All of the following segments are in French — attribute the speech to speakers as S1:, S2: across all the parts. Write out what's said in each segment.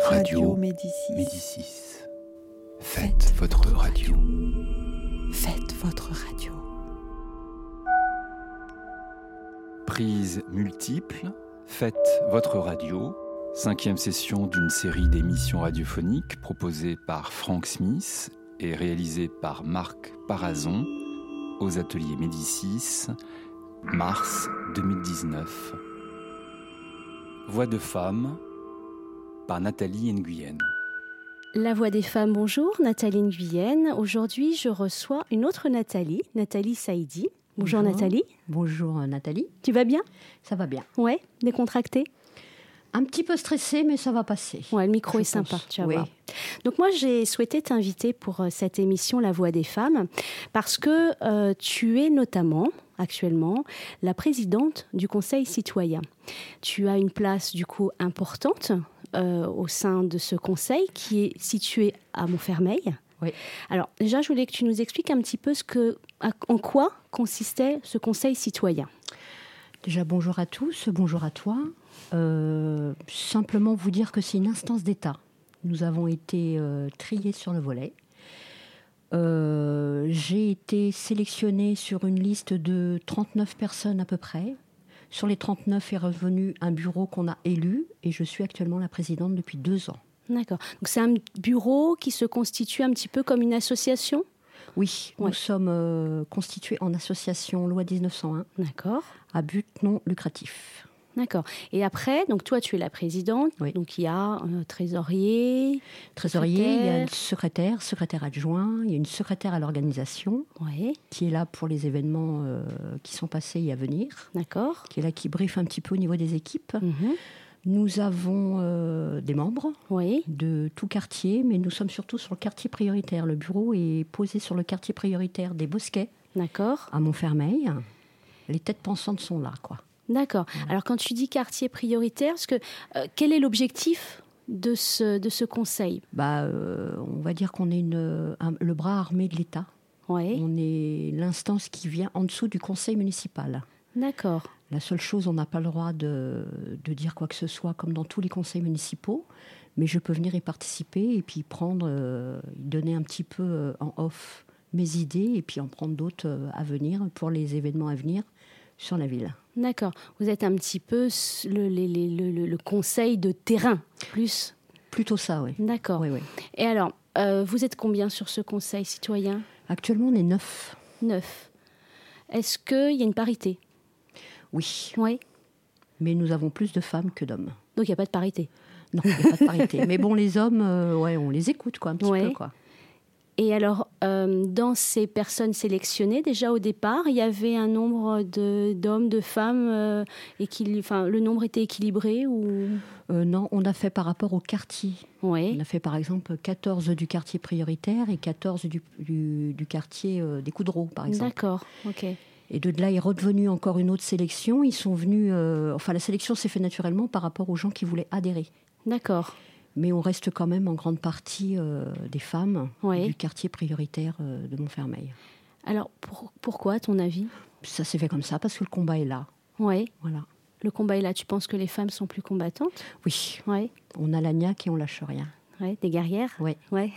S1: Radio
S2: Médicis.
S1: Médicis. Faites, votre radio.
S2: Faites votre radio.
S1: Prise multiple. Faites votre radio. Cinquième session d'une série d'émissions radiophoniques proposée par Frank Smith et réalisée par Marc Parazon aux ateliers Médicis, mars 2019. Voix de femme par Nathalie Nguyen.
S3: La Voix des femmes, bonjour, Nathalie Nguyen. Aujourd'hui, je reçois une autre Nathalie, Nathalie Saïdi. Bonjour,
S4: Bonjour.
S3: Nathalie,
S4: Bonjour euh, Nathalie,
S3: tu vas bien
S4: ça va bien.
S3: Ouais, décontractée
S4: Un petit peu stressée, mais ça va passer.
S3: Ouais, le micro
S4: Je
S3: est sympa,
S4: pense,
S3: tu vas
S4: oui.
S3: voir. Donc moi, j'ai souhaité t'inviter pour euh, cette émission La Voix des femmes parce que euh, tu es notamment actuellement la présidente du Conseil citoyen. Tu as une place du coup importante euh, au sein de ce conseil qui est situé à Montfermeil.
S4: Oui.
S3: Alors déjà, je voulais que tu nous expliques un petit peu ce que, à- en quoi consistait ce Conseil citoyen.
S4: Déjà bonjour à tous, bonjour à toi. Euh, simplement vous dire que c'est une instance d'État. Nous avons été euh, triés sur le volet. Euh, J'ai été sélectionnée sur une liste de 39 personnes à peu près. Sur les 39 est revenu un bureau qu'on a élu et je suis actuellement la présidente depuis deux ans.
S3: D'accord. Donc c'est un bureau qui se constitue un petit peu comme une association.
S4: Oui,
S3: Ouais.
S4: nous sommes euh, constitués en association loi 1901
S3: D'accord.
S4: à but non lucratif.
S3: D'accord. Et après, donc toi, tu es la présidente.
S4: Oui.
S3: Donc il y a un trésorier.
S4: Trésorier, il y a
S3: Secrétaire.
S4: une secrétaire, secrétaire adjoint, il y a une secrétaire à l'organisation
S3: Oui,
S4: qui est là pour les événements euh, qui sont passés et à venir,
S3: d'accord.
S4: qui est là qui briefe un petit peu au niveau des équipes.
S3: Mhm.
S4: Nous avons euh, des membres
S3: Oui,
S4: de tout quartier, mais nous sommes surtout sur le quartier prioritaire. Le bureau est posé sur le quartier prioritaire des Bosquets
S3: d'accord.
S4: à Montfermeil. Les têtes pensantes sont là, quoi.
S3: D'accord. Alors quand tu dis quartier prioritaire, parce que, euh, quel est l'objectif de ce, de ce conseil
S4: Bah, euh, on va dire qu'on est une, un- le bras armé de l'État.
S3: Oui,
S4: On est l'instance qui vient en dessous du conseil municipal.
S3: d'accord.
S4: La seule chose, on n'a pas le droit de, de dire quoi que ce soit, comme dans tous les conseils municipaux, mais je peux venir y participer et puis prendre, euh, donner un petit peu euh, en off mes idées et puis en prendre d'autres euh, à venir pour les événements à venir sur la ville.
S3: D'accord. Vous êtes un petit peu s- le, les- les- le- le- le conseil de terrain, plus.
S4: Plutôt ça, oui.
S3: D'accord.
S4: Oui, oui.
S3: Et alors, euh, vous êtes combien sur ce conseil citoyen
S4: Actuellement, on est neuf.
S3: Neuf. Est-ce qu'il y a une parité
S4: Oui,
S3: Oui.
S4: mais nous avons plus de femmes que d'hommes.
S3: Donc il n'y a pas de parité.
S4: Non, il n'y a pas de parité. Mais bon, les hommes, euh, ouais, on les écoute quoi, un petit
S3: Ouais.
S4: peu quoi.
S3: Et alors, euh, dans ces personnes sélectionnées, déjà au départ, il y avait un nombre de- d'hommes, de, femmes, euh, et qu'il- enfin, le nombre était équilibré ou...
S4: Euh, non, on a fait par rapport au quartier.
S3: Oui,
S4: On a fait par exemple 14 du quartier prioritaire et 14 du, du- du quartier euh, des Coudreaux, par exemple.
S3: d'accord, ok.
S4: Et de là est redevenue encore une autre sélection. Ils sont venus. euh, enfin, la sélection s'est faite naturellement par rapport aux gens qui voulaient adhérer.
S3: D'accord,
S4: Mais on reste quand même en grande partie euh, des femmes
S3: oui.
S4: du quartier prioritaire euh, de Montfermeil.
S3: Alors, pour- pourquoi, à ton avis
S4: Ça s'est fait comme ça parce que le combat est là.
S3: Oui,
S4: Voilà.
S3: le combat est là. Tu penses que les femmes sont plus combattantes
S4: Oui,
S3: Oui,
S4: on a l'agnac et on lâche rien.
S3: ouais, des guerrières
S4: Ouais.
S3: Ouais.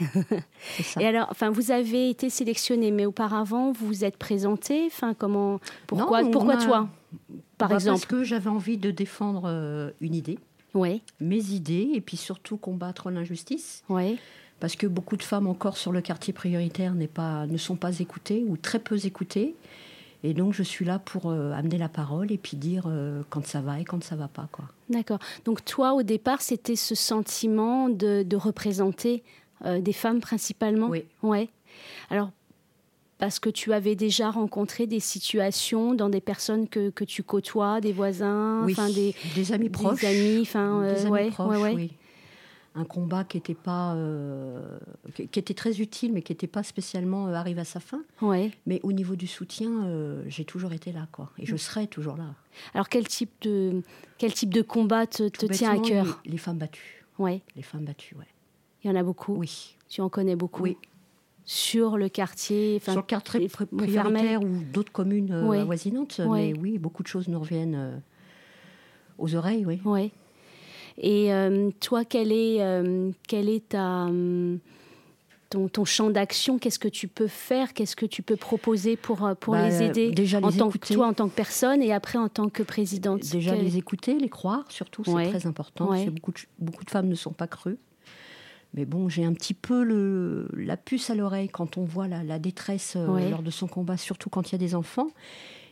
S4: C'est ça.
S3: Et euh, alors, enfin, vous avez été sélectionnée, mais auparavant, vous vous êtes présentée. Enfin, comment Pourquoi,
S4: on
S3: pourquoi
S4: a-
S3: toi, par
S4: Bah, Parce
S3: exemple
S4: que j'avais envie de défendre euh, une idée,
S3: Oui,
S4: mes idées, et puis surtout combattre l'injustice.
S3: oui,
S4: parce que beaucoup de femmes encore sur le quartier prioritaire n'est pas, ne sont pas écoutées ou très peu écoutées. Et donc je suis là pour euh, amener la parole et puis dire euh, quand ça va et quand ça va pas. Quoi.
S3: D'accord. Donc toi, au départ, c'était ce sentiment de, de représenter euh, des femmes principalement.
S4: Oui.
S3: Ouais. Alors parce que tu avais déjà rencontré des situations dans des personnes que, que tu côtoies, des voisins, enfin des,
S4: amis
S3: des
S4: proches.
S3: amis, enfin
S4: Des
S3: euh,
S4: amis
S3: ouais,
S4: proches,
S3: ouais, ouais.
S4: oui. Un combat qui était, pas, euh, qui qui était très utile, mais qui n'était pas spécialement euh, arrivé à sa fin.
S3: Ouais.
S4: Mais au niveau du soutien, euh, j'ai toujours été là, quoi. Et
S3: Mm.
S4: je serai toujours là.
S3: Alors quel type de quel type de combat te, te
S4: Tout
S3: tient à
S4: bêtement,
S3: cœur
S4: Les, les femmes battues.
S3: Ouais.
S4: Les femmes battues, ouais.
S3: Il y en a beaucoup.
S4: Oui.
S3: Tu en connais beaucoup.
S4: Oui.
S3: Sur le quartier. enfin,
S4: sur le quartier
S3: les-
S4: pri-
S3: Montfermeil.
S4: prioritaire ou d'autres communes euh,
S3: Ouais.
S4: avoisinantes.
S3: Ouais.
S4: Mais oui, beaucoup de choses nous reviennent euh, aux oreilles, oui.
S3: Ouais. Et euh, toi, quel est, euh, quel est ta, euh, ton, ton champ d'action Qu'est-ce que tu peux faire Qu'est-ce que tu peux proposer pour, euh, pour
S4: Bah,
S3: les aider
S4: déjà les
S3: en tant que
S4: écouter.
S3: toi, en tant que personne, et après en tant que présidente
S4: Déjà
S3: Quel-
S4: les écouter, les croire, surtout, c'est
S3: Ouais.
S4: très important.
S3: Ouais.
S4: parce que Beaucoup, de, ch- beaucoup de femmes ne sont pas crues. Mais bon, j'ai un petit peu le, la puce à l'oreille quand on voit la, la détresse euh,
S3: Ouais.
S4: lors de son combat, surtout quand il y a des enfants.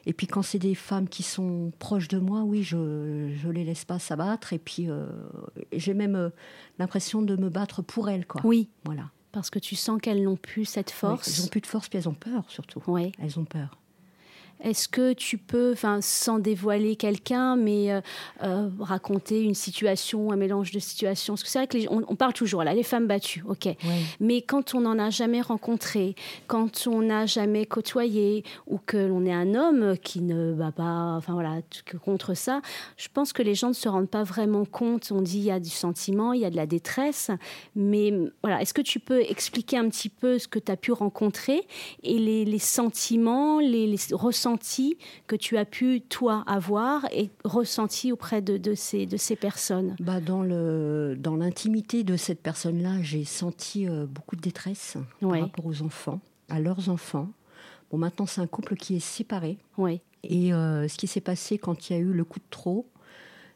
S4: Et puis quand c'est des femmes qui sont proches de moi, oui, je je les laisse pas s'abattre. Et puis euh, j'ai même euh, l'impression de me battre pour elles, quoi.
S3: Oui,
S4: Voilà.
S3: parce que tu sens qu'elles n'ont plus cette
S4: Elles ont
S3: force.
S4: plus de force, puis elles ont peur, surtout.
S3: Ouais.
S4: Elles ont peur.
S3: Est-ce que tu peux, enfin, sans dévoiler quelqu'un, mais euh, euh, raconter une situation, un mélange de situations Parce que c'est vrai que les- on, on parle toujours là, les femmes battues, ok.
S4: Ouais.
S3: Mais quand on n'en a jamais rencontré, quand on n'a jamais côtoyé, ou que l'on est un homme qui ne bat pas, enfin voilà, t- que contre ça, je pense que les gens ne se rendent pas vraiment compte. On dit il y a du sentiment, il y a de la détresse, mais mm, voilà, est-ce que tu peux expliquer un petit peu ce que tu as pu rencontrer et les, les sentiments, les, les ressentis que tu as pu toi avoir et ressentis auprès de, de ces, de ces personnes
S4: Bah, dans le dans l'intimité de cette personne-là, j'ai senti euh, beaucoup de détresse
S3: Ouais.
S4: par rapport aux enfants, à leurs enfants. Bon, maintenant c'est un couple qui est séparé
S3: Oui,
S4: et euh, ce qui s'est passé quand il y a eu le coup de trop,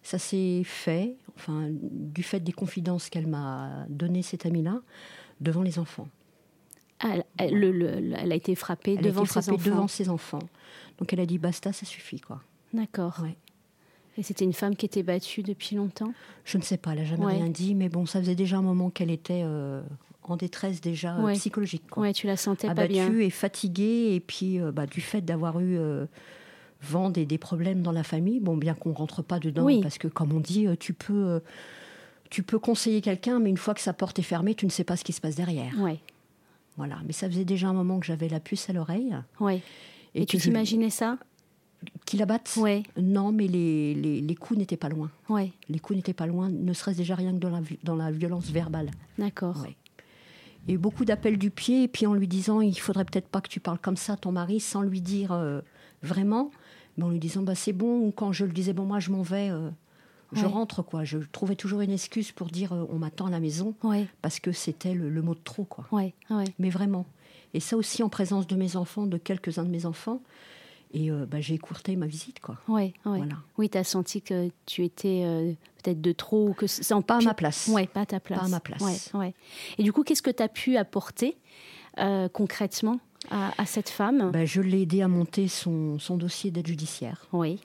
S4: ça s'est fait, enfin du fait des confidences qu'elle m'a donné cette amie-là devant les enfants.
S3: elle, elle- le- le- elle a été frappée
S4: Elle
S3: devant
S4: a été
S3: ses
S4: frappée
S3: enfants.
S4: devant ses enfants. Donc elle a dit basta, ça suffit quoi.
S3: D'accord.
S4: Ouais.
S3: Et c'était une femme qui était battue depuis longtemps.
S4: Je ne sais pas, elle n'a jamais
S3: Ouais.
S4: rien dit, mais bon, ça faisait déjà un moment qu'elle était euh, en détresse déjà euh,
S3: Ouais.
S4: psychologique. Quoi. Ah,
S3: Ouais, tu la sentais pas bien.
S4: abattue et fatiguée, et puis euh, bah, du fait d'avoir eu euh, vent et des problèmes dans la famille, bon, bien qu'on rentre pas dedans,
S3: Oui.
S4: parce que comme on dit, euh, tu peux, euh, tu peux conseiller quelqu'un, mais une fois que sa porte est fermée, tu ne sais pas ce qui se passe derrière.
S3: Ouais,
S4: Voilà. Mais ça faisait déjà un moment que j'avais la puce à l'oreille.
S3: ouais. Et, tu
S4: que je-
S3: t'imaginais ça
S4: Qu'il abatte
S3: Ouais,
S4: Non, mais les, les, les coups n'étaient pas loin.
S3: ouais.
S4: Les coups n'étaient pas loin, ne serait-ce déjà rien que dans la, vi- dans la violence verbale.
S3: D'accord.
S4: Ouais. Et beaucoup d'appels du pied, et puis en lui disant il faudrait peut-être pas que tu parles comme ça à ton mari, sans lui dire euh, vraiment, mais en lui disant bah c'est bon, ou quand je le disais bon moi je m'en vais, euh, je
S3: Ouais.
S4: rentre quoi. Je trouvais toujours une excuse pour dire euh, on m'attend à la maison
S3: Ouais,
S4: parce que c'était le, le mot de trop quoi.
S3: ouais, ouais.
S4: Mais vraiment. Et ça aussi en présence de mes enfants, de quelques-uns de mes enfants, et euh, bah, j'ai écourté ma visite quoi.
S3: Ouais, ouais.
S4: Voilà.
S3: Oui, tu as senti que tu étais euh, peut-être de trop ou que ça en
S4: Pas à ma place.
S3: Ouais, pas à ta place.
S4: Pas à ma place.
S3: Ouais, ouais. Et du coup, qu'est-ce que tu as pu apporter euh, concrètement à, à cette femme
S4: Bah, je l'ai aidé à monter son, son dossier d'aide judiciaire,
S3: Oui,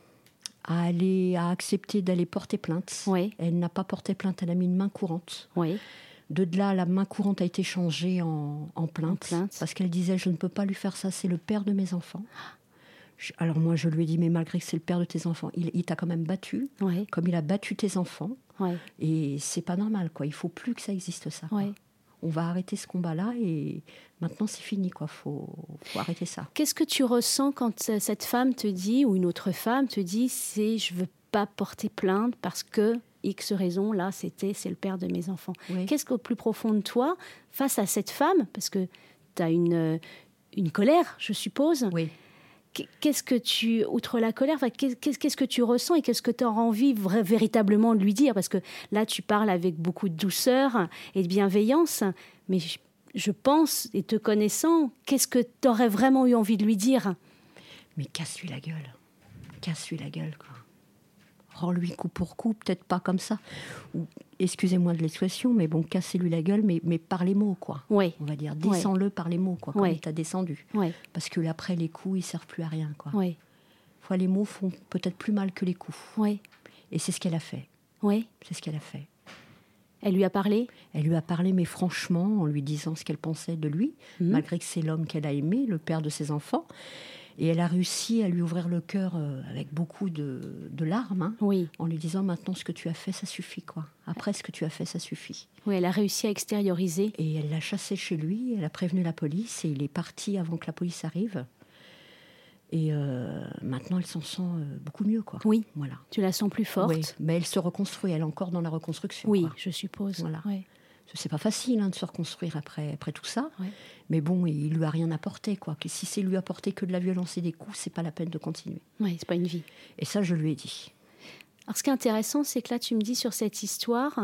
S4: à aller, à accepter d'aller porter plainte.
S3: oui,
S4: Elle n'a pas porté plainte, elle a mis une main courante.
S3: oui.
S4: De là, la main courante a été changée en, en plainte,
S3: En plainte.
S4: parce qu'elle disait Je ne peux pas lui faire ça, c'est le père de mes enfants. Je- alors moi, je lui ai dit Mais malgré que c'est le père de tes enfants, il, il t'a quand même battu,
S3: Ouais,
S4: comme il a battu tes enfants,
S3: ouais,
S4: et c'est pas normal, quoi. Il faut plus que ça existe, ça. quoi.
S3: ouais.
S4: On va arrêter ce combat-là, et maintenant c'est fini, quoi. Faut, faut arrêter ça.
S3: Qu'est-ce que tu ressens quand euh, cette femme te dit, ou une autre femme te dit, c'est je veux pas porter plainte parce que X raison, là, c'était, c'est le père de mes enfants.
S4: Ouais.
S3: Qu'est-ce qu'au plus profond de toi, face à cette femme, parce que tu as une, euh, une colère, je suppose,
S4: Oui.
S3: qu- qu'est-ce que tu, outre la colère, enfin, qu'est- qu'est- qu'est-ce que tu ressens et qu'est-ce que tu as envie vra- véritablement de lui dire Parce que là, tu parles avec beaucoup de douceur et de bienveillance, mais je, je pense, et te connaissant, qu'est-ce que tu aurais vraiment eu envie de lui dire
S4: Mais casse-lui la gueule. Casse-lui la gueule, quoi. Rends-lui coup pour coup, peut-être pas comme ça. Ou, excusez-moi de l'expression, mais bon, cassez-lui la gueule, mais, mais par les mots, quoi.
S3: Oui,
S4: On va dire, descends-le par les mots, quoi, comme
S3: Ouais.
S4: il t'a descendu.
S3: oui,
S4: Parce que là, après les coups, ils servent plus à rien, quoi.
S3: oui,
S4: Fois, les mots font peut-être plus mal que les coups.
S3: oui,
S4: Et c'est ce qu'elle a fait.
S3: oui.
S4: C'est ce qu'elle a fait.
S3: Elle lui a parlé
S4: Elle lui a parlé, mais franchement, en lui disant ce qu'elle pensait de lui,
S3: Mhm.
S4: malgré que c'est l'homme qu'elle a aimé, le père de ses enfants. Et elle a réussi à lui ouvrir le cœur euh, avec beaucoup de, de larmes, hein,
S3: Oui,
S4: en lui disant maintenant ce que tu as fait, ça suffit, quoi. Après ce que tu as fait, ça suffit.
S3: oui, elle a réussi à extérioriser.
S4: Et elle l'a chassé chez lui, elle a prévenu la police et il est parti avant que la police arrive. Et euh, maintenant, elle s'en sent euh, beaucoup mieux, quoi.
S3: Oui,
S4: Voilà.
S3: tu la sens plus forte.
S4: Oui, mais elle se reconstruit, elle est encore dans la reconstruction.
S3: Oui,
S4: quoi.
S3: je suppose.
S4: Voilà.
S3: Ouais.
S4: C'est pas facile hein, de se reconstruire après, après tout ça.
S3: Ouais.
S4: Mais bon, il lui a rien apporté, quoi. Que si c'est lui apporter que de la violence et des coups, c'est pas la peine de continuer.
S3: Ouais, c'est pas une vie.
S4: Et ça, je lui ai dit.
S3: Alors, ce qui est intéressant, c'est que là, tu me dis sur cette histoire,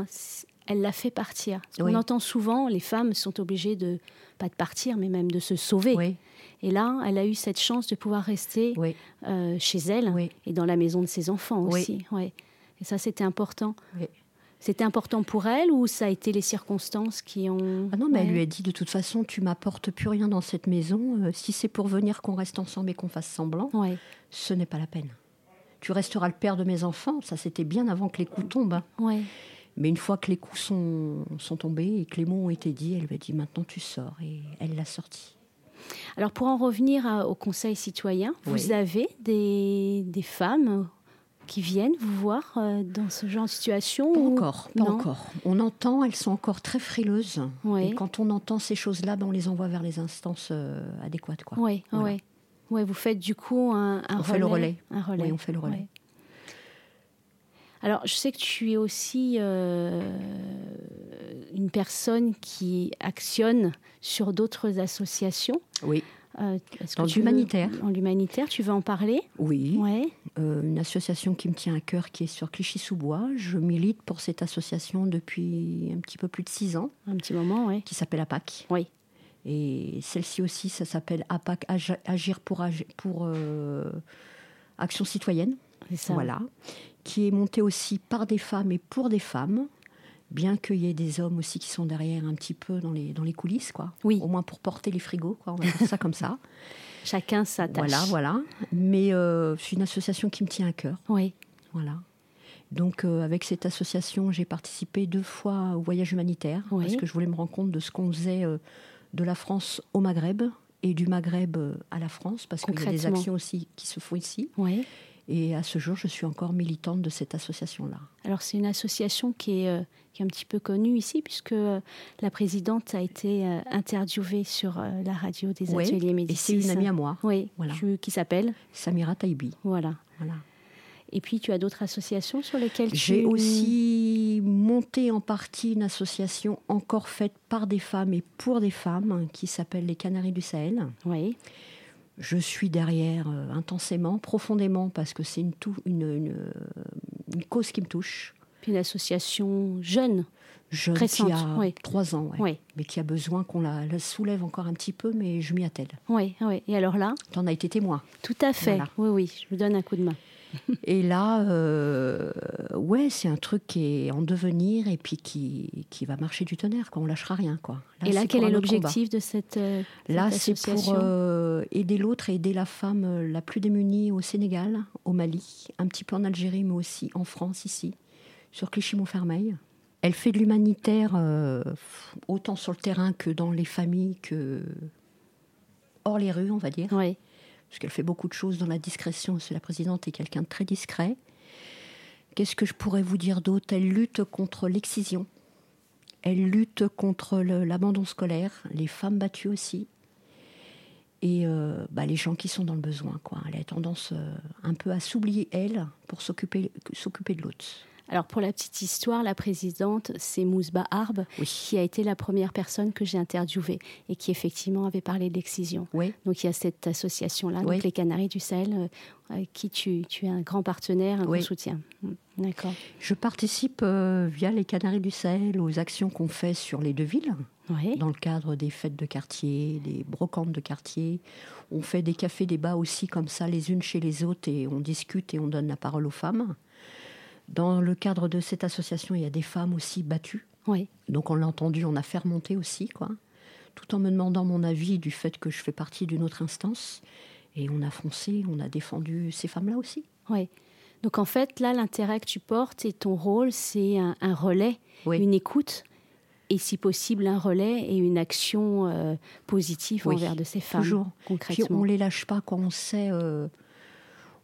S3: elle l'a fait partir.
S4: Oui.
S3: On entend souvent, les femmes sont obligées de, pas de partir, mais même de se sauver.
S4: Oui,
S3: Et là, elle a eu cette chance de pouvoir rester
S4: oui,
S3: euh, chez elle
S4: oui.
S3: et dans la maison de ses enfants
S4: Oui.
S3: aussi. Ouais. Et ça, c'était important.
S4: Oui.
S3: C'était important pour elle ou ça a été les circonstances qui ont.
S4: Ah non, mais elle
S3: Ouais.
S4: lui a dit de toute façon, tu m'apportes plus rien dans cette maison. Euh, si c'est pour venir qu'on reste ensemble et qu'on fasse semblant,
S3: Ouais,
S4: ce n'est pas la peine. Tu resteras le père de mes enfants. Ça, c'était bien avant que les coups tombent. hein.
S3: ouais.
S4: Mais une fois que les coups sont, sont tombés et que les mots ont été dits, elle lui a dit maintenant tu sors. Et elle l'a sorti.
S3: Alors, pour en revenir à- au Conseil citoyen, vous
S4: Oui.
S3: avez des, des femmes qui viennent vous voir euh, dans ce genre de situation
S4: Pas
S3: ou-
S4: encore, pas
S3: Non.
S4: encore. On entend, elles sont encore très frileuses.
S3: Ouais.
S4: Et quand on entend ces choses-là, ben, on les envoie vers les instances euh, adéquates. Quoi.
S3: Oui,
S4: Voilà.
S3: ouais. Ouais, vous faites du coup un, un
S4: On fait le relais.
S3: Un relais.
S4: Oui, on fait le relais.
S3: Ouais. Alors, je sais que tu es aussi euh, une personne qui actionne sur d'autres associations.
S4: Oui,
S3: Euh, est-ce que
S4: Dans
S3: tu veux-
S4: l'humanitaire.
S3: En l'humanitaire, tu veux en parler
S4: oui.
S3: Oui.
S4: Euh, une association qui me tient à cœur qui est sur Clichy-sous-Bois. Je milite pour cette association depuis un petit peu plus de six ans,
S3: Un petit moment, oui.
S4: qui s'appelle APAC.
S3: Oui.
S4: Et celle-ci aussi, ça s'appelle APAC Agi- Agir pour, Agi- pour euh, Action Citoyenne.
S3: C'est ça.
S4: Voilà. Qui est montée aussi par des femmes et pour des femmes, bien qu'il y ait des hommes aussi qui sont derrière un petit peu dans les, dans les coulisses, quoi.
S3: Oui.
S4: Au moins pour porter les frigos, quoi. On va dire ça comme ça.
S3: Chacun sa tâche.
S4: Voilà, voilà. Mais euh, c'est une association qui me tient à cœur.
S3: Oui.
S4: Voilà. Donc, euh, avec cette association, j'ai participé deux fois au voyage humanitaire
S3: Oui.
S4: parce que je voulais me rendre compte de ce qu'on faisait euh, de la France au Maghreb et du Maghreb euh, à la France parce qu'il y a des
S3: Concrètement.
S4: actions aussi qui se font ici.
S3: Ouais.
S4: Et à ce jour, je suis encore militante de cette association-là.
S3: Alors, c'est une association qui est, euh, qui est un petit peu connue ici, puisque euh, la présidente a été euh, interviewée sur euh, la radio des
S4: Ouais.
S3: ateliers
S4: Et c'est
S3: Médicis.
S4: une amie à moi,
S3: Oui,
S4: Voilà.
S3: tu- qui s'appelle.
S4: Samira Taibi.
S3: Voilà.
S4: Voilà.
S3: Et puis, tu as d'autres associations sur lesquelles tu...
S4: J'ai aussi monté en partie une association encore faite par des femmes et pour des femmes hein, qui s'appelle les Canaries du Sahel.
S3: Oui,
S4: Je suis derrière euh, intensément, profondément, parce que c'est une, tou- une, une, euh, une cause qui me touche.
S3: puis une association jeune.
S4: Jeune
S3: Pressante,
S4: qui a
S3: oui.
S4: trois ans, ouais,
S3: Oui,
S4: mais qui a besoin qu'on la, la soulève encore un petit peu, mais je m'y attelle.
S3: oui, oui. Et alors là,
S4: T'en as été témoin.
S3: tout à fait.
S4: Voilà.
S3: Oui, oui, je vous donne un coup de main.
S4: Et là, euh, ouais, c'est un truc qui est en devenir et puis qui, qui va marcher du tonnerre, quoi. On lâchera rien, quoi.
S3: Et là,
S4: c'est
S3: quel
S4: pour
S3: est
S4: un autre combat.
S3: l'objectif de cette, euh,
S4: Là,
S3: cette
S4: c'est
S3: association
S4: pour euh, aider l'autre et aider la femme euh, la plus démunie au Sénégal, au Mali, un petit peu en Algérie, mais aussi en France, ici, sur Clichy-Montfermeil. Elle fait de l'humanitaire euh, autant sur le terrain que dans les familles, que hors les rues, on va dire
S3: Oui,
S4: parce qu'elle fait beaucoup de choses dans la discrétion, parce que la présidente est quelqu'un de très discret. Qu'est-ce que je pourrais vous dire d'autre Elle lutte contre l'excision, elle lutte contre le- l'abandon scolaire, les femmes battues aussi, et euh, bah, les gens qui sont dans le besoin. Quoi. Elle a tendance euh, un peu à s'oublier, elle, pour s'occuper s'occuper de l'autre.
S3: Alors, pour la petite histoire, la présidente, c'est Mousba Harb,
S4: Oui.
S3: qui a été la première personne que j'ai interviewée et qui, effectivement, avait parlé de l'excision.
S4: Oui.
S3: Donc, il y a cette association-là,
S4: Oui.
S3: donc les Canaries du Sahel, euh, avec qui tu, tu es un grand partenaire, un
S4: Oui.
S3: grand soutien. Mm, D'accord.
S4: Je participe euh, via les Canaries du Sahel aux actions qu'on fait sur les deux villes.
S3: Oui,
S4: dans le cadre des fêtes de quartier, des brocantes de quartier. On fait des cafés débats aussi comme ça, les unes chez les autres, et on discute et on donne la parole aux femmes. Dans le cadre de cette association, il y a des femmes aussi battues.
S3: oui,
S4: Donc on l'a entendu, on a fait remonter aussi, quoi. Tout en me demandant mon avis du fait que je fais partie d'une autre instance. Et on a foncé, on a défendu ces femmes-là aussi.
S3: oui. Donc, en fait, là, l'intérêt que tu portes et ton rôle, c'est un, un relais,
S4: Oui.
S3: une écoute, et si possible, un relais et une action euh, positive
S4: Oui,
S3: envers de ces femmes.
S4: toujours. Puis
S3: Concrètement.
S4: on les lâche pas, quoi. On sait, euh,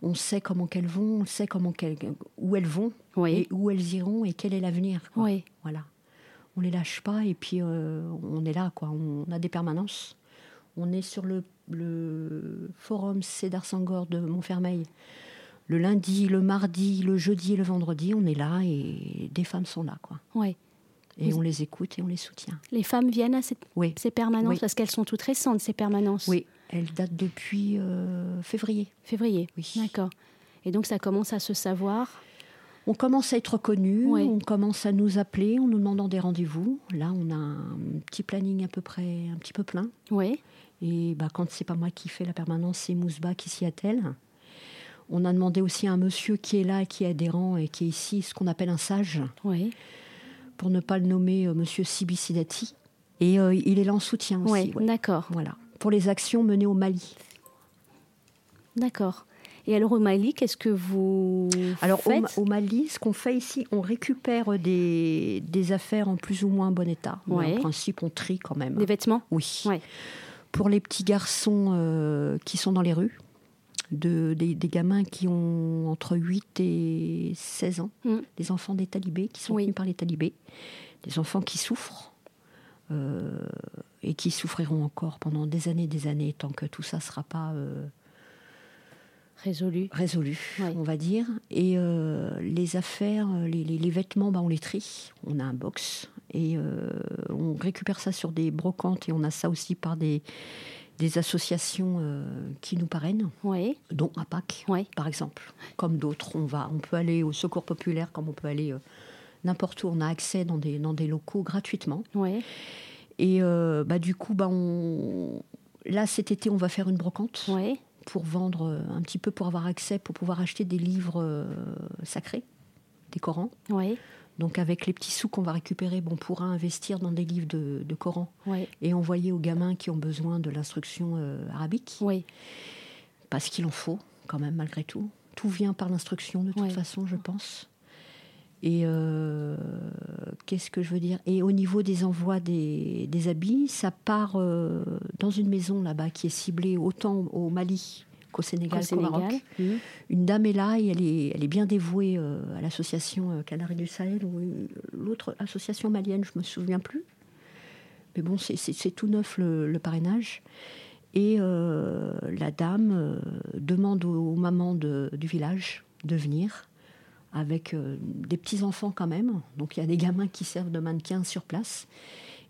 S4: on sait comment qu'elles vont, on sait comment qu'elles, où elles vont.
S3: Oui,
S4: et où elles iront et quel est l'avenir. quoi.
S3: oui,
S4: Voilà. On les lâche pas et puis euh, on est là, quoi. On a des permanences. On est sur le, le forum Cédar Sangor de Montfermeil. Le lundi, le mardi, le jeudi et le vendredi, on est là et des femmes sont là, quoi.
S3: oui.
S4: Et
S3: Vous-
S4: on les écoute et on les soutient.
S3: Les femmes viennent à cette-
S4: Oui.
S3: ces permanences
S4: Oui.
S3: parce qu'elles sont toutes récentes, ces permanences.
S4: Oui, elles datent depuis euh, février.
S3: Février.
S4: Oui.
S3: D'accord. Et donc, ça commence à se savoir.
S4: On commence à être connu,
S3: Ouais.
S4: on commence à nous appeler en nous demandant des rendez-vous. Là, on a un petit planning à peu près, un petit peu plein.
S3: Oui.
S4: Et bah, quand c'est pas moi qui fais la permanence, c'est Mousba qui s'y attelle. On a demandé aussi à un monsieur qui est là, et qui est adhérent et qui est ici, ce qu'on appelle un sage,
S3: Oui.
S4: pour ne pas le nommer euh, monsieur Sibi Sidati. Et euh, il est là en soutien aussi.
S3: Oui.
S4: ouais.
S3: D'accord.
S4: Voilà. Pour les actions menées au Mali.
S3: D'accord. Et alors au Mali, qu'est-ce que vous
S4: Alors au, Ma-
S3: faites
S4: au Mali, ce qu'on fait ici, on récupère des, des affaires en plus ou moins bon état. Mais
S3: Ouais.
S4: en principe, on trie quand même.
S3: des vêtements
S4: Oui.
S3: Ouais.
S4: Pour les petits garçons euh, qui sont dans les rues, de, des, des gamins qui ont entre 8 et 16 ans,
S3: Mm.
S4: des enfants des talibés qui sont
S3: Oui.
S4: tenus par les talibés, des enfants qui souffrent euh, et qui souffriront encore pendant des années et des années tant que tout ça ne sera pas euh,
S3: résolus.
S4: résolu,
S3: Ouais.
S4: on va dire. Et euh, les affaires, euh, les, les- les vêtements, bah, on les trie. On a un box et euh, on récupère ça sur des brocantes et on a ça aussi par des, des associations euh, qui nous parrainent,
S3: Oui.
S4: dont APAC,
S3: Ouais.
S4: par exemple. Comme d'autres, on va, on peut aller au secours populaire comme on peut aller euh, n'importe où. On a accès dans des, dans des locaux gratuitement.
S3: Oui.
S4: Et euh, bah, du coup, bah, on... là, cet été, on va faire une brocante
S3: Oui.
S4: pour vendre euh, un petit peu, pour avoir accès, pour pouvoir acheter des livres euh, sacrés, des Corans.
S3: Oui.
S4: Donc avec les petits sous qu'on va récupérer, bon, on pourra investir dans des livres de, de Coran
S3: Oui.
S4: et envoyer aux gamins qui ont besoin de l'instruction euh, arabique,
S3: Oui.
S4: parce qu'il en faut quand même malgré tout. Tout vient par l'instruction de toute
S3: Ouais.
S4: façon, je pense. Et euh, qu'est-ce que je veux dire Et au niveau des envois des, des habits, ça part euh, dans une maison là-bas qui est ciblée autant au Mali qu'au Sénégal,
S3: Au
S4: qu'au Maroc.
S3: Sénégal. Mhm.
S4: Une dame est là et elle est, elle est bien dévouée euh, à l'association euh, Canaries du Sahel ou euh, l'autre association malienne, je me souviens plus. Mais bon, c'est- c'est c'est tout neuf le, le parrainage. Et euh, la dame euh, demande aux, aux mamans de- du village de venir avec euh, des petits-enfants quand même. Donc il y a des gamins qui servent de mannequins sur place.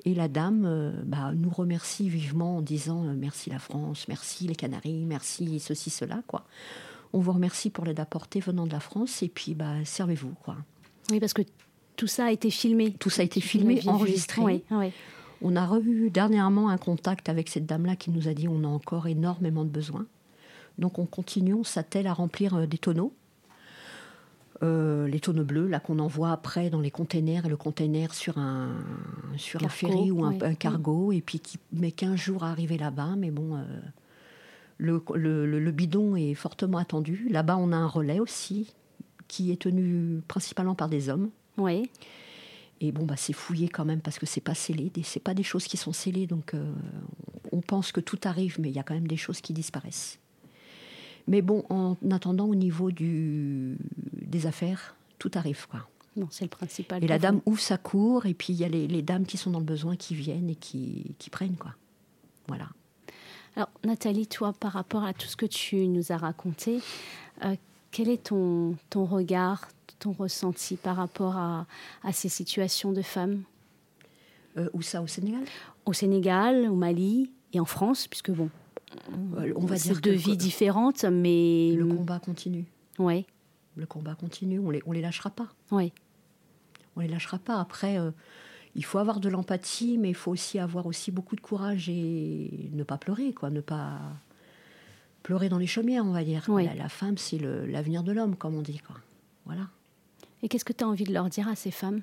S4: Et la dame euh, bah, nous remercie vivement en disant euh, merci la France, merci les Canaries, merci ceci, cela. quoi. On vous remercie pour l'aide apportée venant de la France et puis bah, servez-vous. quoi.
S3: Oui, parce que tout ça a été filmé.
S4: Tout ça a été
S3: Vous
S4: filmé,
S3: l'aviez vu.
S4: enregistré.
S3: Oui. Ah oui.
S4: On a revu dernièrement un contact avec cette dame-là qui nous a dit on a encore énormément de besoins. Donc on continue, on s'attelle à remplir euh, des tonneaux. Euh, les tonneaux bleus, là qu'on envoie après dans les containers, et le container sur un, sur un
S3: Cargo,
S4: ferry ou un,
S3: ouais. Mm.
S4: un cargo, et puis qui met 15 jours à arriver là-bas. Mais bon, euh, le, le- le- le bidon est fortement attendu. Là-bas, on a un relais aussi, qui est tenu principalement par des hommes.
S3: Oui.
S4: Et bon, bah, c'est fouillé quand même parce que c'est pas scellé. Des- C'est pas des choses qui sont scellées. Donc, euh, on pense que tout arrive, mais il y a quand même des choses qui disparaissent. Mais bon, en attendant, au niveau du, des affaires, tout arrive. Quoi.
S3: Non, c'est le principal.
S4: Et la
S3: Pour
S4: dame ouvre sa cour, et puis il y a les, les dames qui sont dans le besoin qui viennent et qui, qui prennent. quoi. Voilà.
S3: Alors, Nathalie, toi, par rapport à tout ce que tu nous as raconté, euh, quel est ton, ton regard, ton ressenti par rapport à, à ces situations de femmes
S4: Euh, où ça, au Sénégal
S3: au Sénégal, au Mali et en France Puisque, bon,
S4: Euh, On va
S3: c'est
S4: dire que
S3: deux
S4: le co-
S3: vies différentes, mais.
S4: Le combat continue.
S3: Ouais,
S4: Le combat continue. On les, on les lâchera pas.
S3: ouais,
S4: on les lâchera pas. Après, euh, il faut avoir de l'empathie, mais il faut aussi avoir aussi beaucoup de courage et ne pas pleurer, quoi, ne pas pleurer dans les chaumières, on va dire.
S3: Oui.
S4: La, la femme, c'est le- l'avenir de l'homme, comme on dit, quoi. Voilà.
S3: Et qu'est-ce que tu as envie de leur dire à ces femmes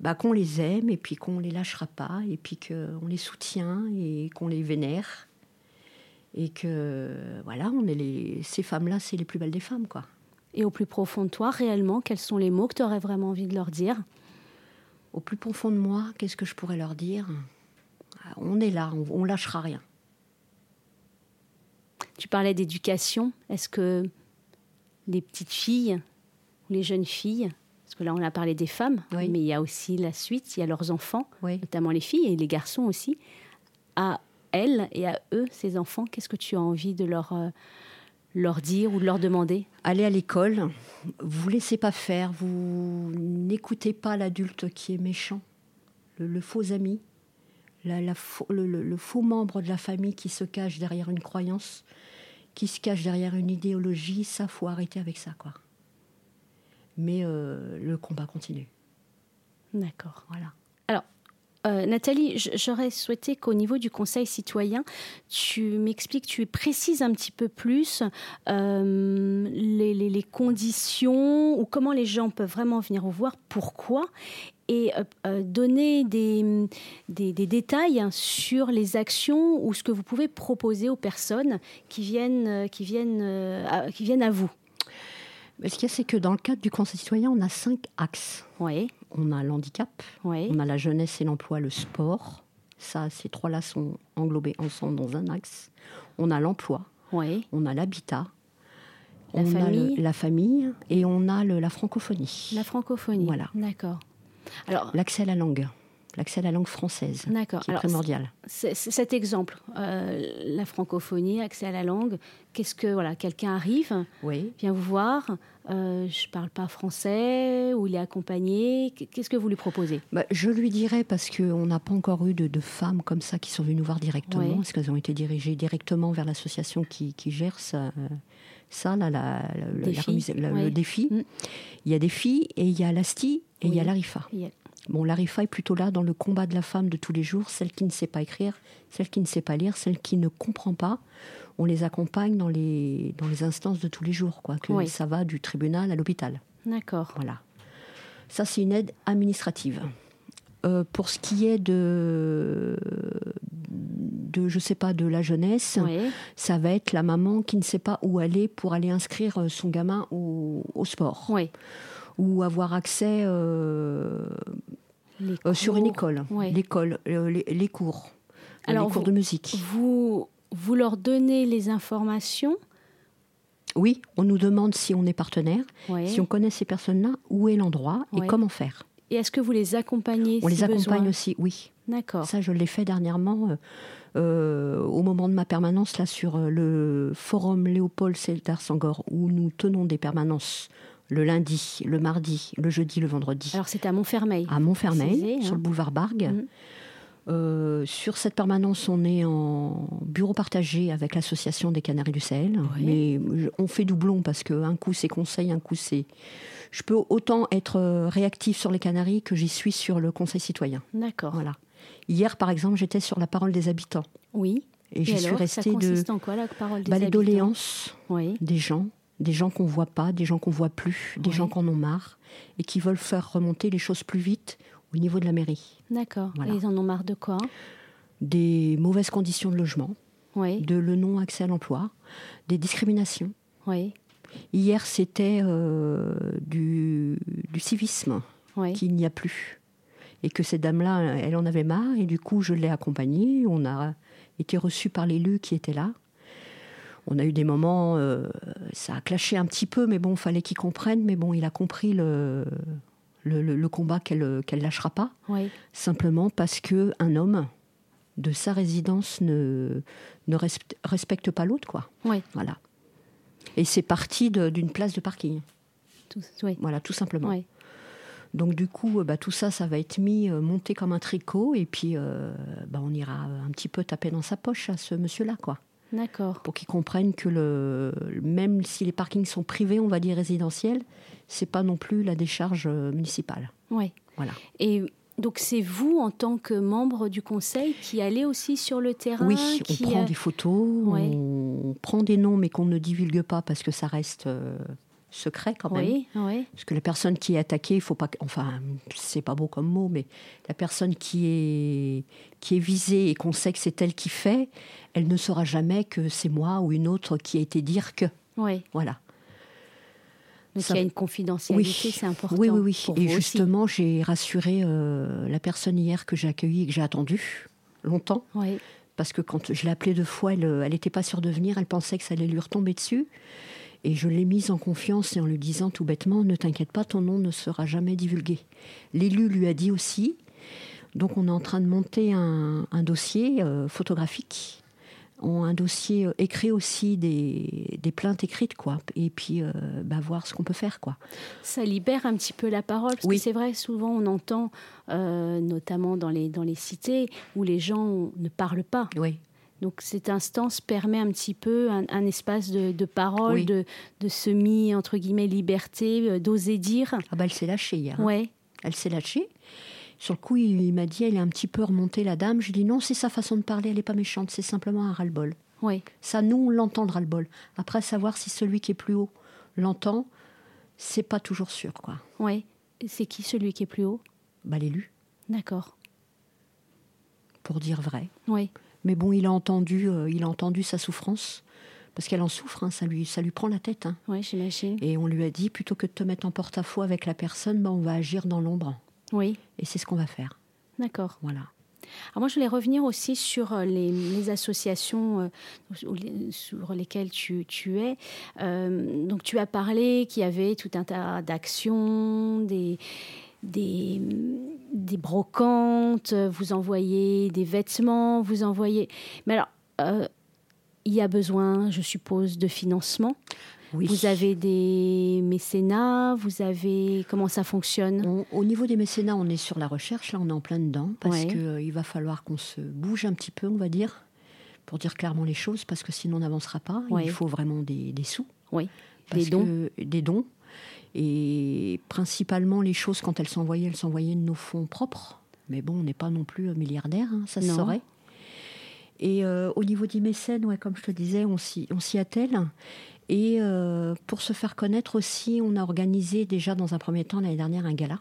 S4: Bah, qu'on les aime et puis qu'on les lâchera pas et puis qu'on les soutient et qu'on les vénère et que voilà, on est les ces femmes-là, c'est les plus belles des femmes, quoi.
S3: Et au plus profond de toi, réellement, quels sont les mots que tu aurais vraiment envie de leur dire
S4: Au plus profond de moi, qu'est-ce que je pourrais leur dire Ah, On est là, on, on lâchera rien.
S3: Tu parlais d'éducation. Est-ce que les petites filles ou les jeunes filles, parce que là on a parlé des femmes,
S4: Oui.
S3: mais il y a aussi la suite, il y a leurs enfants,
S4: Oui.
S3: notamment les filles et les garçons aussi, à elles et à eux, ces enfants, qu'est-ce que tu as envie de leur, euh, leur dire ou de leur demander
S4: allez à l'école, vous laissez pas faire, vous n'écoutez pas l'adulte qui est méchant, le, le faux ami, la- la faux- le, le- le faux membre de la famille qui se cache derrière une croyance, qui se cache derrière une idéologie, ça faut arrêter avec ça quoi. mais euh, le combat continue.
S3: D'accord.
S4: Voilà.
S3: Alors, euh, Nathalie, j- j'aurais souhaité qu'au niveau du Conseil citoyen, tu m'expliques, tu précises un petit peu plus euh, les, les- les conditions ou comment les gens peuvent vraiment venir vous voir, pourquoi, et euh, euh, donner des, des- des détails sur les actions ou ce que vous pouvez proposer aux personnes qui viennent, euh, qui viennent, euh, à, qui viennent à vous.
S4: Mais ce qu'il y a, c'est que dans le cadre du Conseil citoyen, on a cinq axes.
S3: Oui,
S4: On a l'handicap,
S3: oui,
S4: on a la jeunesse et l'emploi, le sport. Ça, ces trois-là sont englobés ensemble dans un axe. On a l'emploi,
S3: oui.
S4: on a l'habitat,
S3: La
S4: on a
S3: famille.
S4: le- la famille et on a le- la francophonie.
S3: La francophonie.
S4: Voilà.
S3: D'accord. Alors,
S4: L'accès à la langue, l'accès à la langue française,
S3: d'accord.
S4: qui est
S3: Alors,
S4: primordial.
S3: C'est- c'est cet exemple, euh, la francophonie, accès à la langue, qu'est-ce que voilà, quelqu'un arrive,
S4: Oui.
S3: vient vous voir, euh, je parle pas français ou il est accompagné, qu- qu'est-ce que vous lui proposez
S4: Bah, je lui dirais, parce qu'on n'a pas encore eu de, de femmes comme ça qui sont venues nous voir directement,
S3: Oui.
S4: parce qu'elles ont été dirigées directement vers l'association qui, qui gère ça, euh, ça là, la- la- la-
S3: Défi.
S4: la remise- la-
S3: Oui.
S4: le défi.
S3: Mm.
S4: Il y a des filles, et il y a l'ASTI, et il y a
S3: Oui.
S4: l'ARIFA.
S3: Il y a-
S4: Bon, l'ARIFA est plutôt là dans le combat de la femme de tous les jours, celle qui ne sait pas écrire, celle qui ne sait pas lire, celle qui ne comprend pas. On les accompagne dans les, dans les instances de tous les jours, quoi, que
S3: Oui.
S4: ça va du tribunal à l'hôpital.
S3: D'accord.
S4: Voilà. Ça, c'est une aide administrative. Euh, pour ce qui est de, de, je sais pas, de la jeunesse,
S3: Oui,
S4: ça va être la maman qui ne sait pas où aller pour aller inscrire euh, son gamin au, au sport
S3: oui.
S4: ou avoir accès euh,
S3: Les
S4: euh, sur une
S3: cours.
S4: école,
S3: Ouais.
S4: l'école, euh, les, les cours, Euh,
S3: Alors,
S4: les cours
S3: vous-
S4: de musique.
S3: Vous, vous leur donnez les informations
S4: Oui, on nous demande si on est partenaire,
S3: oui.
S4: si on connaît ces personnes-là, où est l'endroit
S3: Ouais.
S4: et comment faire.
S3: et est-ce que vous les accompagnez
S4: On
S3: si
S4: les accompagne
S3: besoin
S4: aussi, oui.
S3: D'accord.
S4: Ça, je l'ai fait dernièrement euh, euh, au moment de ma permanence là sur euh, le forum Léopold Sédar Sangor où nous tenons des permanences le lundi, le mardi, le jeudi, le vendredi
S3: Alors c'est à Montfermeil.
S4: à Montfermeil
S3: Cézé, hein.
S4: sur le boulevard Bargue.
S3: Mhm.
S4: Euh, sur cette permanence, on est en bureau partagé avec l'association des Canaries du Sahel,
S3: Oui.
S4: mais je- on fait doublon parce que un coup c'est conseil, un coup c'est. Je peux autant être euh, réactif sur les Canaries que j'y suis sur le Conseil citoyen.
S3: D'accord.
S4: Voilà. Hier, par exemple, j'étais sur la parole des habitants.
S3: Oui.
S4: Et,
S3: Et
S4: j'y suis
S3: alors, ça
S4: restée de
S3: consiste en quoi la parole des
S4: bah, les
S3: habitants
S4: doléances
S3: Oui.
S4: des gens, des gens qu'on voit pas, des gens qu'on voit plus, des
S3: Ouais.
S4: gens qu'on en ont marre et qui veulent faire remonter les choses plus vite au niveau de la mairie.
S3: D'accord.
S4: Voilà.
S3: Et Ils en ont marre de quoi
S4: Des mauvaises conditions de logement,
S3: Oui.
S4: de le non-accès à l'emploi, des discriminations.
S3: Oui.
S4: Hier, c'était euh, du, du civisme
S3: Oui.
S4: qu'il n'y a plus. Et que cette dame-là, elle en avait marre, et du coup, je l'ai accompagnée. On a été reçus par l'élu qui était là. On a eu des moments, euh, ça a clashé un petit peu, mais bon, fallait qu'il comprenne. Mais bon, il a compris le, le, le- le combat qu'elle qu'elle lâchera pas,
S3: Oui.
S4: simplement parce que un homme de sa résidence ne, ne respe- respecte pas l'autre, quoi.
S3: Oui.
S4: Voilà. Et c'est parti de- d'une place de parking.
S3: Tout- oui.
S4: Voilà, tout simplement.
S3: Oui.
S4: Donc du coup, euh, bah, tout ça, ça va être mis, euh, monté comme un tricot, et puis euh, bah, on ira euh, un petit peu taper dans sa poche à ce monsieur-là, quoi,
S3: D'accord.
S4: pour qu'il comprenne que le, même si les parkings sont privés, on va dire résidentiels, c'est pas non plus la décharge euh, municipale.
S3: Oui.
S4: Voilà.
S3: Et donc c'est vous en tant que membre du conseil qui allez aussi sur le terrain.
S4: Oui, on
S3: qui,
S4: prend
S3: euh,
S4: des photos,
S3: Ouais.
S4: on prend des noms, mais qu'on ne divulgue pas parce que ça reste euh, secret quand même.
S3: Oui. Oui.
S4: Parce que la personne qui est attaquée, il faut pas. que- Enfin, c'est pas beau comme mot, mais la personne qui est, qui est visée et qu'on sait que c'est elle qui fait, elle ne saura jamais que c'est moi ou une autre qui a été dire que.
S3: Oui.
S4: Voilà.
S3: Donc
S4: Ça-
S3: il y a une confidentialité, c'est important.
S4: Oui, oui, oui.
S3: pour
S4: et
S3: vous aussi.
S4: justement, j'ai rassuré euh, la personne hier que j'ai accueillie et que j'ai attendue longtemps.
S3: Oui.
S4: Parce que quand je l'ai appelée deux fois, elle n'était pas sûre de venir, elle pensait que ça allait lui retomber dessus. Et je l'ai mise en confiance et en lui disant tout bêtement Ne t'inquiète pas, ton nom ne sera jamais divulgué. L'élu lui a dit aussi. Donc on est en train de monter un, un dossier euh, photographique, On- un dossier euh, écrit aussi, des, des plaintes écrites, quoi. Et puis euh, bah, voir ce qu'on peut faire, quoi.
S3: Ça libère un petit peu la parole, parce
S4: Oui.
S3: que c'est vrai, souvent on entend, euh, notamment dans les, dans les cités, où les gens ne parlent pas.
S4: Oui.
S3: Donc cette instance permet un petit peu un, un espace de, de parole,
S4: Oui.
S3: de, de semi entre guillemets liberté, euh, d'oser dire.
S4: Ah bah elle s'est lâchée hier. hein.
S3: Ouais,
S4: Elle s'est lâchée. Sur le coup, il, il m'a dit, elle est un petit peu remontée, la dame. Je dis non, c'est sa façon de parler, elle n'est pas méchante, c'est simplement un ras-le-bol.
S3: ouais,
S4: Ça, nous, on l'entend le ras-le-bol. Après, savoir si celui qui est plus haut l'entend, c'est pas toujours sûr, quoi.
S3: ouais. Et C'est qui celui qui est plus haut
S4: Bah, l'élu,
S3: D'accord.
S4: pour dire vrai.
S3: Ouais,
S4: Mais bon, il a entendu, euh, il a entendu sa souffrance, parce qu'elle en souffre, hein, ça, lui, ça lui prend la tête. hein.
S3: ouais, j'imagine.
S4: Et on lui a dit, plutôt que de te mettre en porte-à-faux avec la personne, bah, on va agir dans l'ombre.
S3: Oui,
S4: Et c'est ce qu'on va faire.
S3: d'accord.
S4: Voilà.
S3: Alors moi, je voulais revenir aussi sur euh, les, les associations euh, sur les- sur lesquelles tu, tu es. Euh, donc, tu as parlé qu'il y avait tout un tas d'actions, des, des, des brocantes, vous envoyez des vêtements, vous envoyez... Mais alors, euh, il y a besoin, je suppose, de financement.
S4: Oui.
S3: Vous avez des mécénats, vous avez... Comment ça fonctionne
S4: On- au niveau des mécénats, on est sur la recherche, là on est en plein dedans, parce
S3: Ouais.
S4: que qu'il va falloir qu'on se bouge un petit peu, on va dire, pour dire clairement les choses, parce que sinon on n'avancera pas.
S3: Ouais.
S4: Il faut vraiment des, des sous.
S3: Oui.
S4: Parce
S3: Des dons.
S4: que- des dons. Et principalement, les choses, quand elles s'envoyaient, elles s'envoyaient de nos fonds propres. Mais bon, on n'est pas non plus milliardaire, ça se
S3: Non.
S4: saurait. Et euh, au niveau des mécènes, ouais, comme je te disais, on s'y on s'y attelle. Et euh, pour se faire connaître aussi, on a organisé déjà dans un premier temps l'année dernière un gala.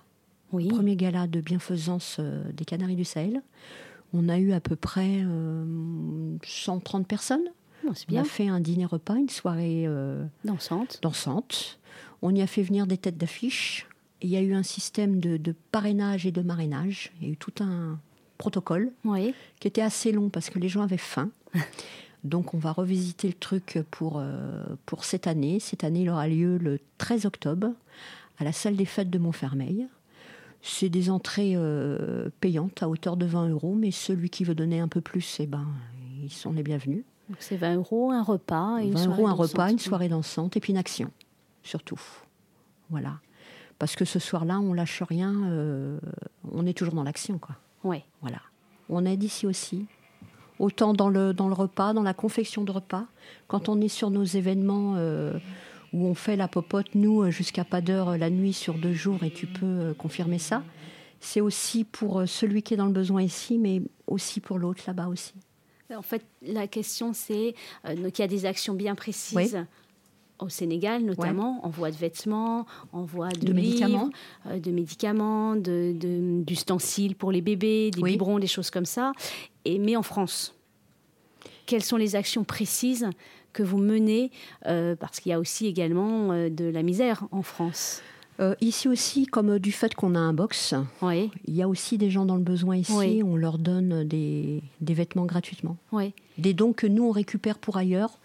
S3: Oui,
S4: Premier gala de bienfaisance euh, des Canaries du Sahel. On a eu à peu près euh, 130 personnes.
S3: Bon, c'est
S4: On
S3: bien.
S4: a fait un dîner-repas, une soirée euh,
S3: Dansante.
S4: dansante. On y a fait venir des têtes d'affiche. Il y a eu un système de, de parrainage et de marrainage. Il y a eu tout un protocole
S3: Oui,
S4: qui était assez long parce que les gens avaient faim. Donc on va revisiter le truc pour, euh, pour cette année. Cette année, il aura lieu le 13 octobre à la salle des fêtes de Montfermeil. C'est des entrées euh, payantes à hauteur de 20 euros, mais celui qui veut donner un peu plus, eh ben, ils sont les bienvenus.
S3: donc c'est 20 euros, un repas et Ah, une
S4: 20
S3: soirée
S4: euros un repas,
S3: dansante.
S4: une soirée dansante et puis une action, surtout. Voilà. Parce que ce soir-là, on lâche rien, euh, on est toujours dans l'action, quoi.
S3: Ouais.
S4: Voilà. On aide ici aussi. Autant dans le, dans le repas, dans la confection de repas, quand on est sur nos événements euh, où on fait la popote, nous, euh, jusqu'à pas d'heure euh, la nuit sur deux jours, et tu peux euh, confirmer ça, c'est aussi pour euh, celui qui est dans le besoin ici, mais aussi pour l'autre là-bas aussi.
S3: En fait, la question c'est euh, donc il y a des actions bien précises. Au Sénégal, notamment, envoi de vêtements, envoi de, livres,
S4: De médicaments.
S3: euh, de médicaments, de, de- d'ustensiles pour les bébés, des
S4: Oui.
S3: biberons, des choses comme ça. Et mais en France, quelles sont les actions précises que vous menez euh, Parce qu'il y a aussi également euh, de la misère en France.
S4: Euh, ici aussi, comme euh, du fait qu'on a un box,
S3: Oui,
S4: Il y a aussi des gens dans le besoin ici,
S3: Oui.
S4: on leur donne des, des vêtements gratuitement.
S3: oui,
S4: Des dons que nous, on récupère pour ailleurs,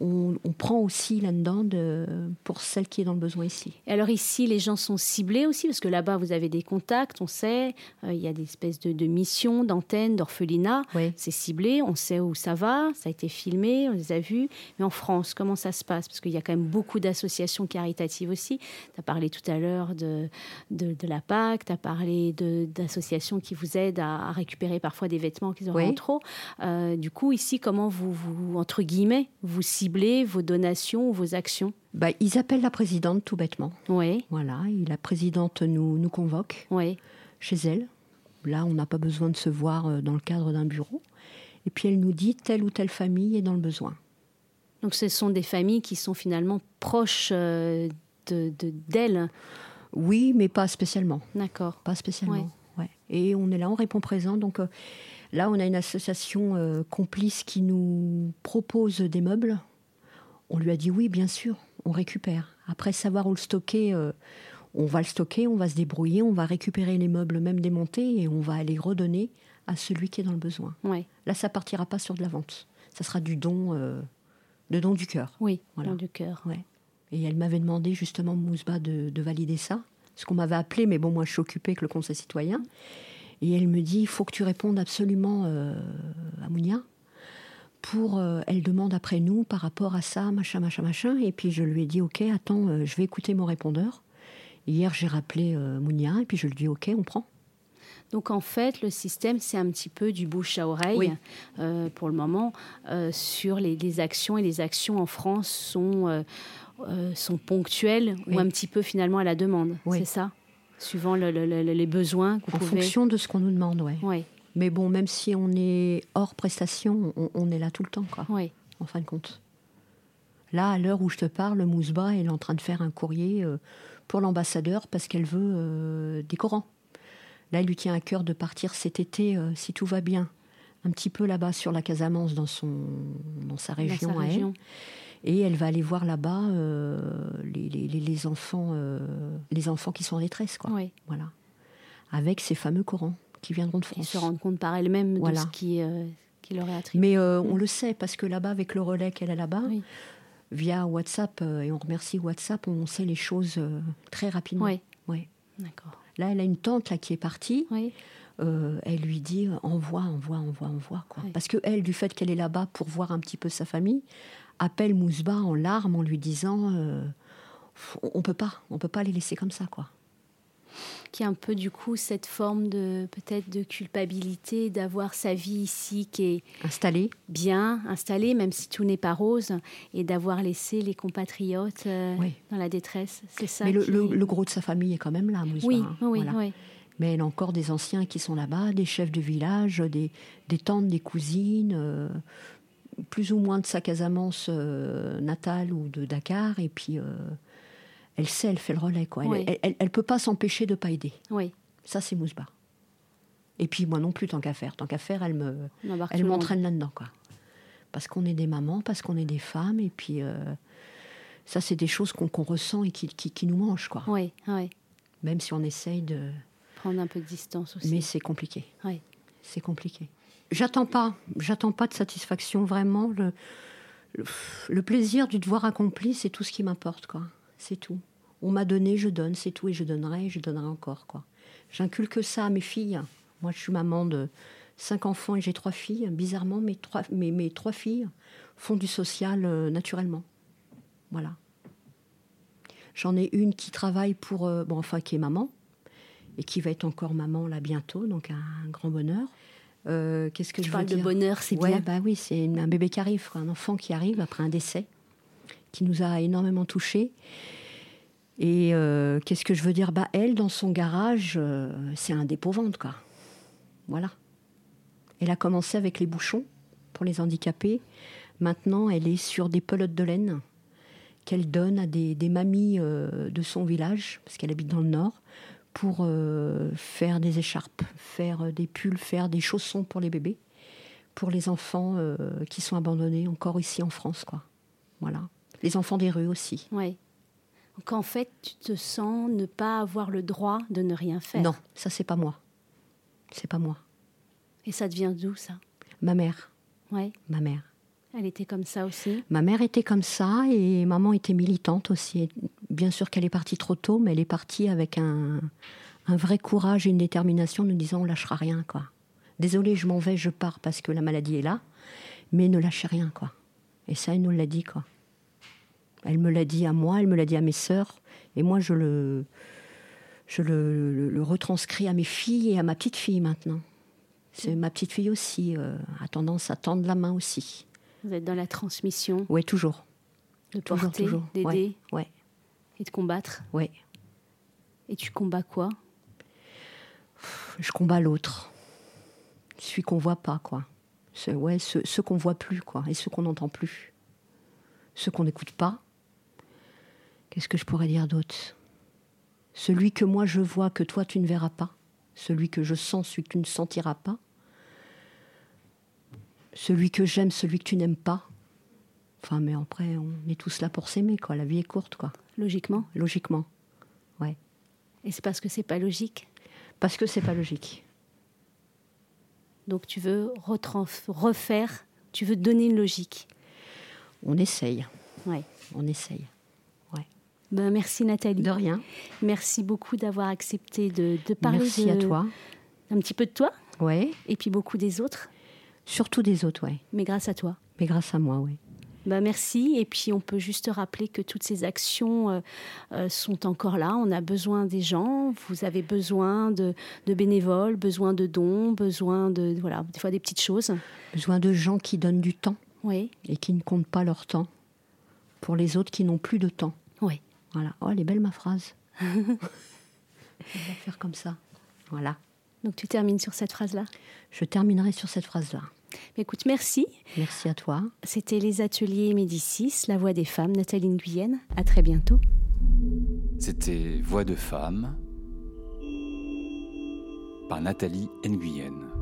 S4: on, on prend aussi là-dedans de- pour celle qui est dans le besoin ici.
S3: Et alors ici, les gens sont ciblés aussi, parce que là-bas, vous avez des contacts, on sait, euh, il y a des espèces de, de missions, d'antennes, d'orphelinat. C'est ciblé, on sait où ça va, ça a été filmé, on les a vus. Mais en France, comment ça se passe Parce qu'il y a quand même beaucoup d'associations caritatives aussi. Tu as parlé tout à l'heure de, de, de la PAC, tu as parlé de- d'associations qui vous aident à, à récupérer parfois des vêtements qu'ils auraient
S4: Oui.
S3: en trop. Euh, du coup, ici, comment vous, vous, entre guillemets, vous ciblez vos donations ou vos actions
S4: Bah, ils appellent la présidente tout bêtement.
S3: Oui,
S4: Voilà, et la présidente nous, nous convoque
S3: oui,
S4: chez elle. Là, on n'a pas besoin de se voir euh, dans le cadre d'un bureau. Et puis elle nous dit telle ou telle famille est dans le besoin.
S3: Donc ce sont des familles qui sont finalement proches euh, de de- d'elles.
S4: Oui, mais pas spécialement.
S3: D'accord.
S4: Pas spécialement.
S3: Ouais.
S4: ouais. Et on est là, on répond présent. Donc euh, là, on a une association euh, complice qui nous propose des meubles. On lui a dit oui, bien sûr, on récupère. Après savoir où le stocker, euh, on va le stocker, on va se débrouiller, on va récupérer les meubles même démontés et on va les redonner à celui qui est dans le besoin.
S3: Ouais.
S4: Là, ça partira pas sur de la vente. Ça sera du don, euh, de don du cœur.
S3: Oui,
S4: Voilà.
S3: Don du cœur.
S4: Et elle m'avait demandé justement, Mousba, de, de valider ça. Parce qu'on m'avait appelé, mais bon, moi je suis occupée avec le conseil citoyen. Et elle me dit, il faut que tu répondes absolument euh, à Mounia. Pour, euh, elle demande après nous par rapport à ça, machin, machin, machin. Et puis je lui ai dit, ok, attends, euh, je vais écouter mon répondeur. Hier, j'ai rappelé euh, Mounia et puis je lui ai dit, ok, on prend.
S3: Donc en fait, le système, c'est un petit peu du bouche à oreille
S4: Oui.
S3: euh, pour le moment euh, sur les, les actions. Et les actions en France sont, euh, euh, sont ponctuelles
S4: Oui.
S3: ou un petit peu finalement à la demande.
S4: Oui.
S3: C'est ça Suivant le- le- le- les besoins que vous
S4: En
S3: pouvez.
S4: fonction de ce qu'on nous demande, ouais.
S3: Oui,
S4: Mais bon, même si on est hors prestation, on, on est là tout le temps, quoi,
S3: oui.
S4: en fin de compte. Là, à l'heure où je te parle, Mousba, elle est en train de faire un courrier euh, pour l'ambassadeur parce qu'elle veut euh, des Corans. Là, il lui tient à cœur de partir cet été, euh, si tout va bien, un petit peu là-bas sur la Casamance, dans, son, dans sa région
S3: dans sa
S4: à elle.
S3: région.
S4: Et elle va aller voir là-bas euh, les, les- les- les enfants, euh, les enfants qui sont en détresse, quoi.
S3: Oui.
S4: Voilà. Avec ces fameux Corans qui viendront de
S3: Et
S4: France.
S3: se rendre compte par elle-même
S4: Voilà.
S3: de ce qui, euh, qui leur est attribué.
S4: Mais euh, on le sait parce que là-bas, avec le relais qu'elle a là-bas,
S3: Oui.
S4: via WhatsApp, euh, et on remercie WhatsApp, on sait les choses euh, très rapidement.
S3: Oui.
S4: Ouais.
S3: D'accord.
S4: Là, elle a une tante là, qui est partie.
S3: Oui.
S4: Euh, elle lui dit euh, envoie, envoie, envoie, envoie. Quoi.
S3: Oui.
S4: Parce que elle, du fait qu'elle est là-bas pour voir un petit peu sa famille, appelle Mousba en larmes en lui disant euh, on on peut pas, on peut pas les laisser comme ça. quoi.
S3: qui est un peu du coup cette forme de peut-être de culpabilité d'avoir sa vie ici qui est
S4: Installée.
S3: bien installée même si tout n'est pas rose et d'avoir laissé les compatriotes euh,
S4: Oui.
S3: dans la détresse c'est ça
S4: Mais le,
S3: qui-
S4: le- le gros de sa famille est quand même là, Mousba.
S3: oui
S4: hein.
S3: oui
S4: Voilà.
S3: oui
S4: Mais elle a encore des anciens qui sont là-bas, des chefs de village, des, des tantes, des cousines, euh, plus ou moins de sa Casamance euh, natale ou de Dakar. Et puis, euh, elle sait, elle fait le relais. Quoi. Elle ne
S3: Oui.
S4: peut pas s'empêcher de ne pas aider.
S3: oui
S4: Ça, c'est Mousba. Et puis, moi non plus, tant qu'à faire. Tant qu'à faire, elle me,
S3: on embarque tout
S4: elle
S3: le monde.
S4: m'entraîne là-dedans, quoi. Parce qu'on est des mamans, parce qu'on est des femmes. Et puis, euh, ça, c'est des choses qu'on qu'on ressent et qui, qui- qui nous mangent, quoi.
S3: oui oui
S4: Même si on essaye de...
S3: prendre un peu de distance aussi
S4: Mais c'est compliqué.
S3: Oui.
S4: C'est compliqué. J'attends pas, j'attends pas de satisfaction vraiment. Le, le, le plaisir du devoir accompli, c'est tout ce qui m'importe, quoi. C'est tout. On m'a donné, je donne, c'est tout, et je donnerai, et je donnerai encore, quoi. J'inculque ça à mes filles. Moi, je suis maman de cinq enfants et j'ai trois filles. Bizarrement, mes trois, mes, mes trois filles font du social euh, naturellement. Voilà. J'en ai une qui travaille pour, euh, bon, enfin, qui est maman, et qui va être encore maman là bientôt, donc un grand bonheur. Euh, Qu'est-ce que
S3: tu
S4: je veux
S3: parles de
S4: dire
S3: bonheur c'est
S4: Ouais,
S3: bien
S4: bah oui, c'est une- un bébé qui arrive, quoi, un enfant qui arrive après un décès, qui nous a énormément touchés. Et euh, qu'est-ce que je veux dire Bah elle, dans son garage, euh, c'est un dépôt-vente, quoi. Voilà. Elle a commencé avec les bouchons pour les handicapés. Maintenant, elle est sur des pelotes de laine qu'elle donne à des, des mamies euh, de son village, parce qu'elle habite dans le nord, pour euh, faire des écharpes, faire euh, des pulls, faire des chaussons pour les bébés pour les enfants euh, qui sont abandonnés encore ici en France, quoi. Voilà. Les enfants des rues aussi.
S3: oui donc en fait tu te sens ne pas avoir le droit de ne rien faire
S4: Non, ça c'est pas moi. C'est pas moi.
S3: et ça devient d'où ça
S4: Ma mère,
S3: ouais
S4: ma mère.
S3: elle était comme ça aussi
S4: Ma mère était comme ça et maman était militante aussi. Bien sûr qu'elle est partie trop tôt, mais elle est partie avec un, un vrai courage et une détermination, nous disant on lâchera rien, quoi. Désolée, je m'en vais, je pars parce que la maladie est là, mais ne lâchez rien, quoi. Et ça, elle nous l'a dit, quoi. Elle me l'a dit à moi, elle me l'a dit à mes sœurs, et moi, je le, je le, le- le retranscris à mes filles et à ma petite fille maintenant. C'est ma petite fille aussi euh, a tendance à tendre la main aussi.
S3: vous êtes dans la transmission
S4: Oui, toujours.
S3: de
S4: Toujours,
S3: porter
S4: toujours.
S3: d'aider
S4: Ouais,
S3: et de combattre
S4: ouais.
S3: Et tu combats quoi
S4: Je combats l'autre. Celui qu'on voit pas, quoi. Ce, ouais, ce, ce qu'on voit plus, quoi. Et ce qu'on n'entend plus. Ce qu'on n'écoute pas. Qu'est-ce que je pourrais dire d'autre Celui que moi je vois, que toi tu ne verras pas. Celui que je sens, celui que tu ne sentiras pas. Celui que j'aime, celui que tu n'aimes pas. Enfin, mais après, on est tous là pour s'aimer, quoi. La vie est courte, quoi.
S3: Logiquement.
S4: Logiquement.
S3: Et c'est parce que c'est pas logique.
S4: Parce que c'est pas logique.
S3: Donc tu veux retran- refaire, tu veux donner une logique.
S4: On essaye.
S3: Ouais.
S4: On essaye.
S3: Ben, merci Nathalie.
S4: De rien.
S3: Merci beaucoup d'avoir accepté de, de parler
S4: Merci
S3: de-
S4: à toi.
S3: un petit peu de toi
S4: Ouais.
S3: et puis beaucoup des autres,
S4: Surtout des autres, ouais.
S3: mais grâce à toi.
S4: Mais grâce à moi, ouais.
S3: Bah, merci. Et puis, on peut juste rappeler que toutes ces actions euh, euh, sont encore là. On a besoin des gens. Vous avez besoin de, de bénévoles, besoin de dons, besoin de, voilà, des fois des petites choses.
S4: Besoin de gens qui donnent du temps
S3: Oui,
S4: et qui ne comptent pas leur temps pour les autres qui n'ont plus de temps.
S3: oui.
S4: Voilà. Oh, elle est belle ma phrase. On va faire comme ça. Voilà.
S3: Donc, tu termines sur cette phrase-là.
S4: Je terminerai sur cette phrase-là.
S3: Écoute, merci.
S4: Merci à toi.
S3: C'était les ateliers Médicis, La Voix des femmes, Nathalie Nguyen. À très bientôt.
S1: C'était Voix de femme par Nathalie Nguyen.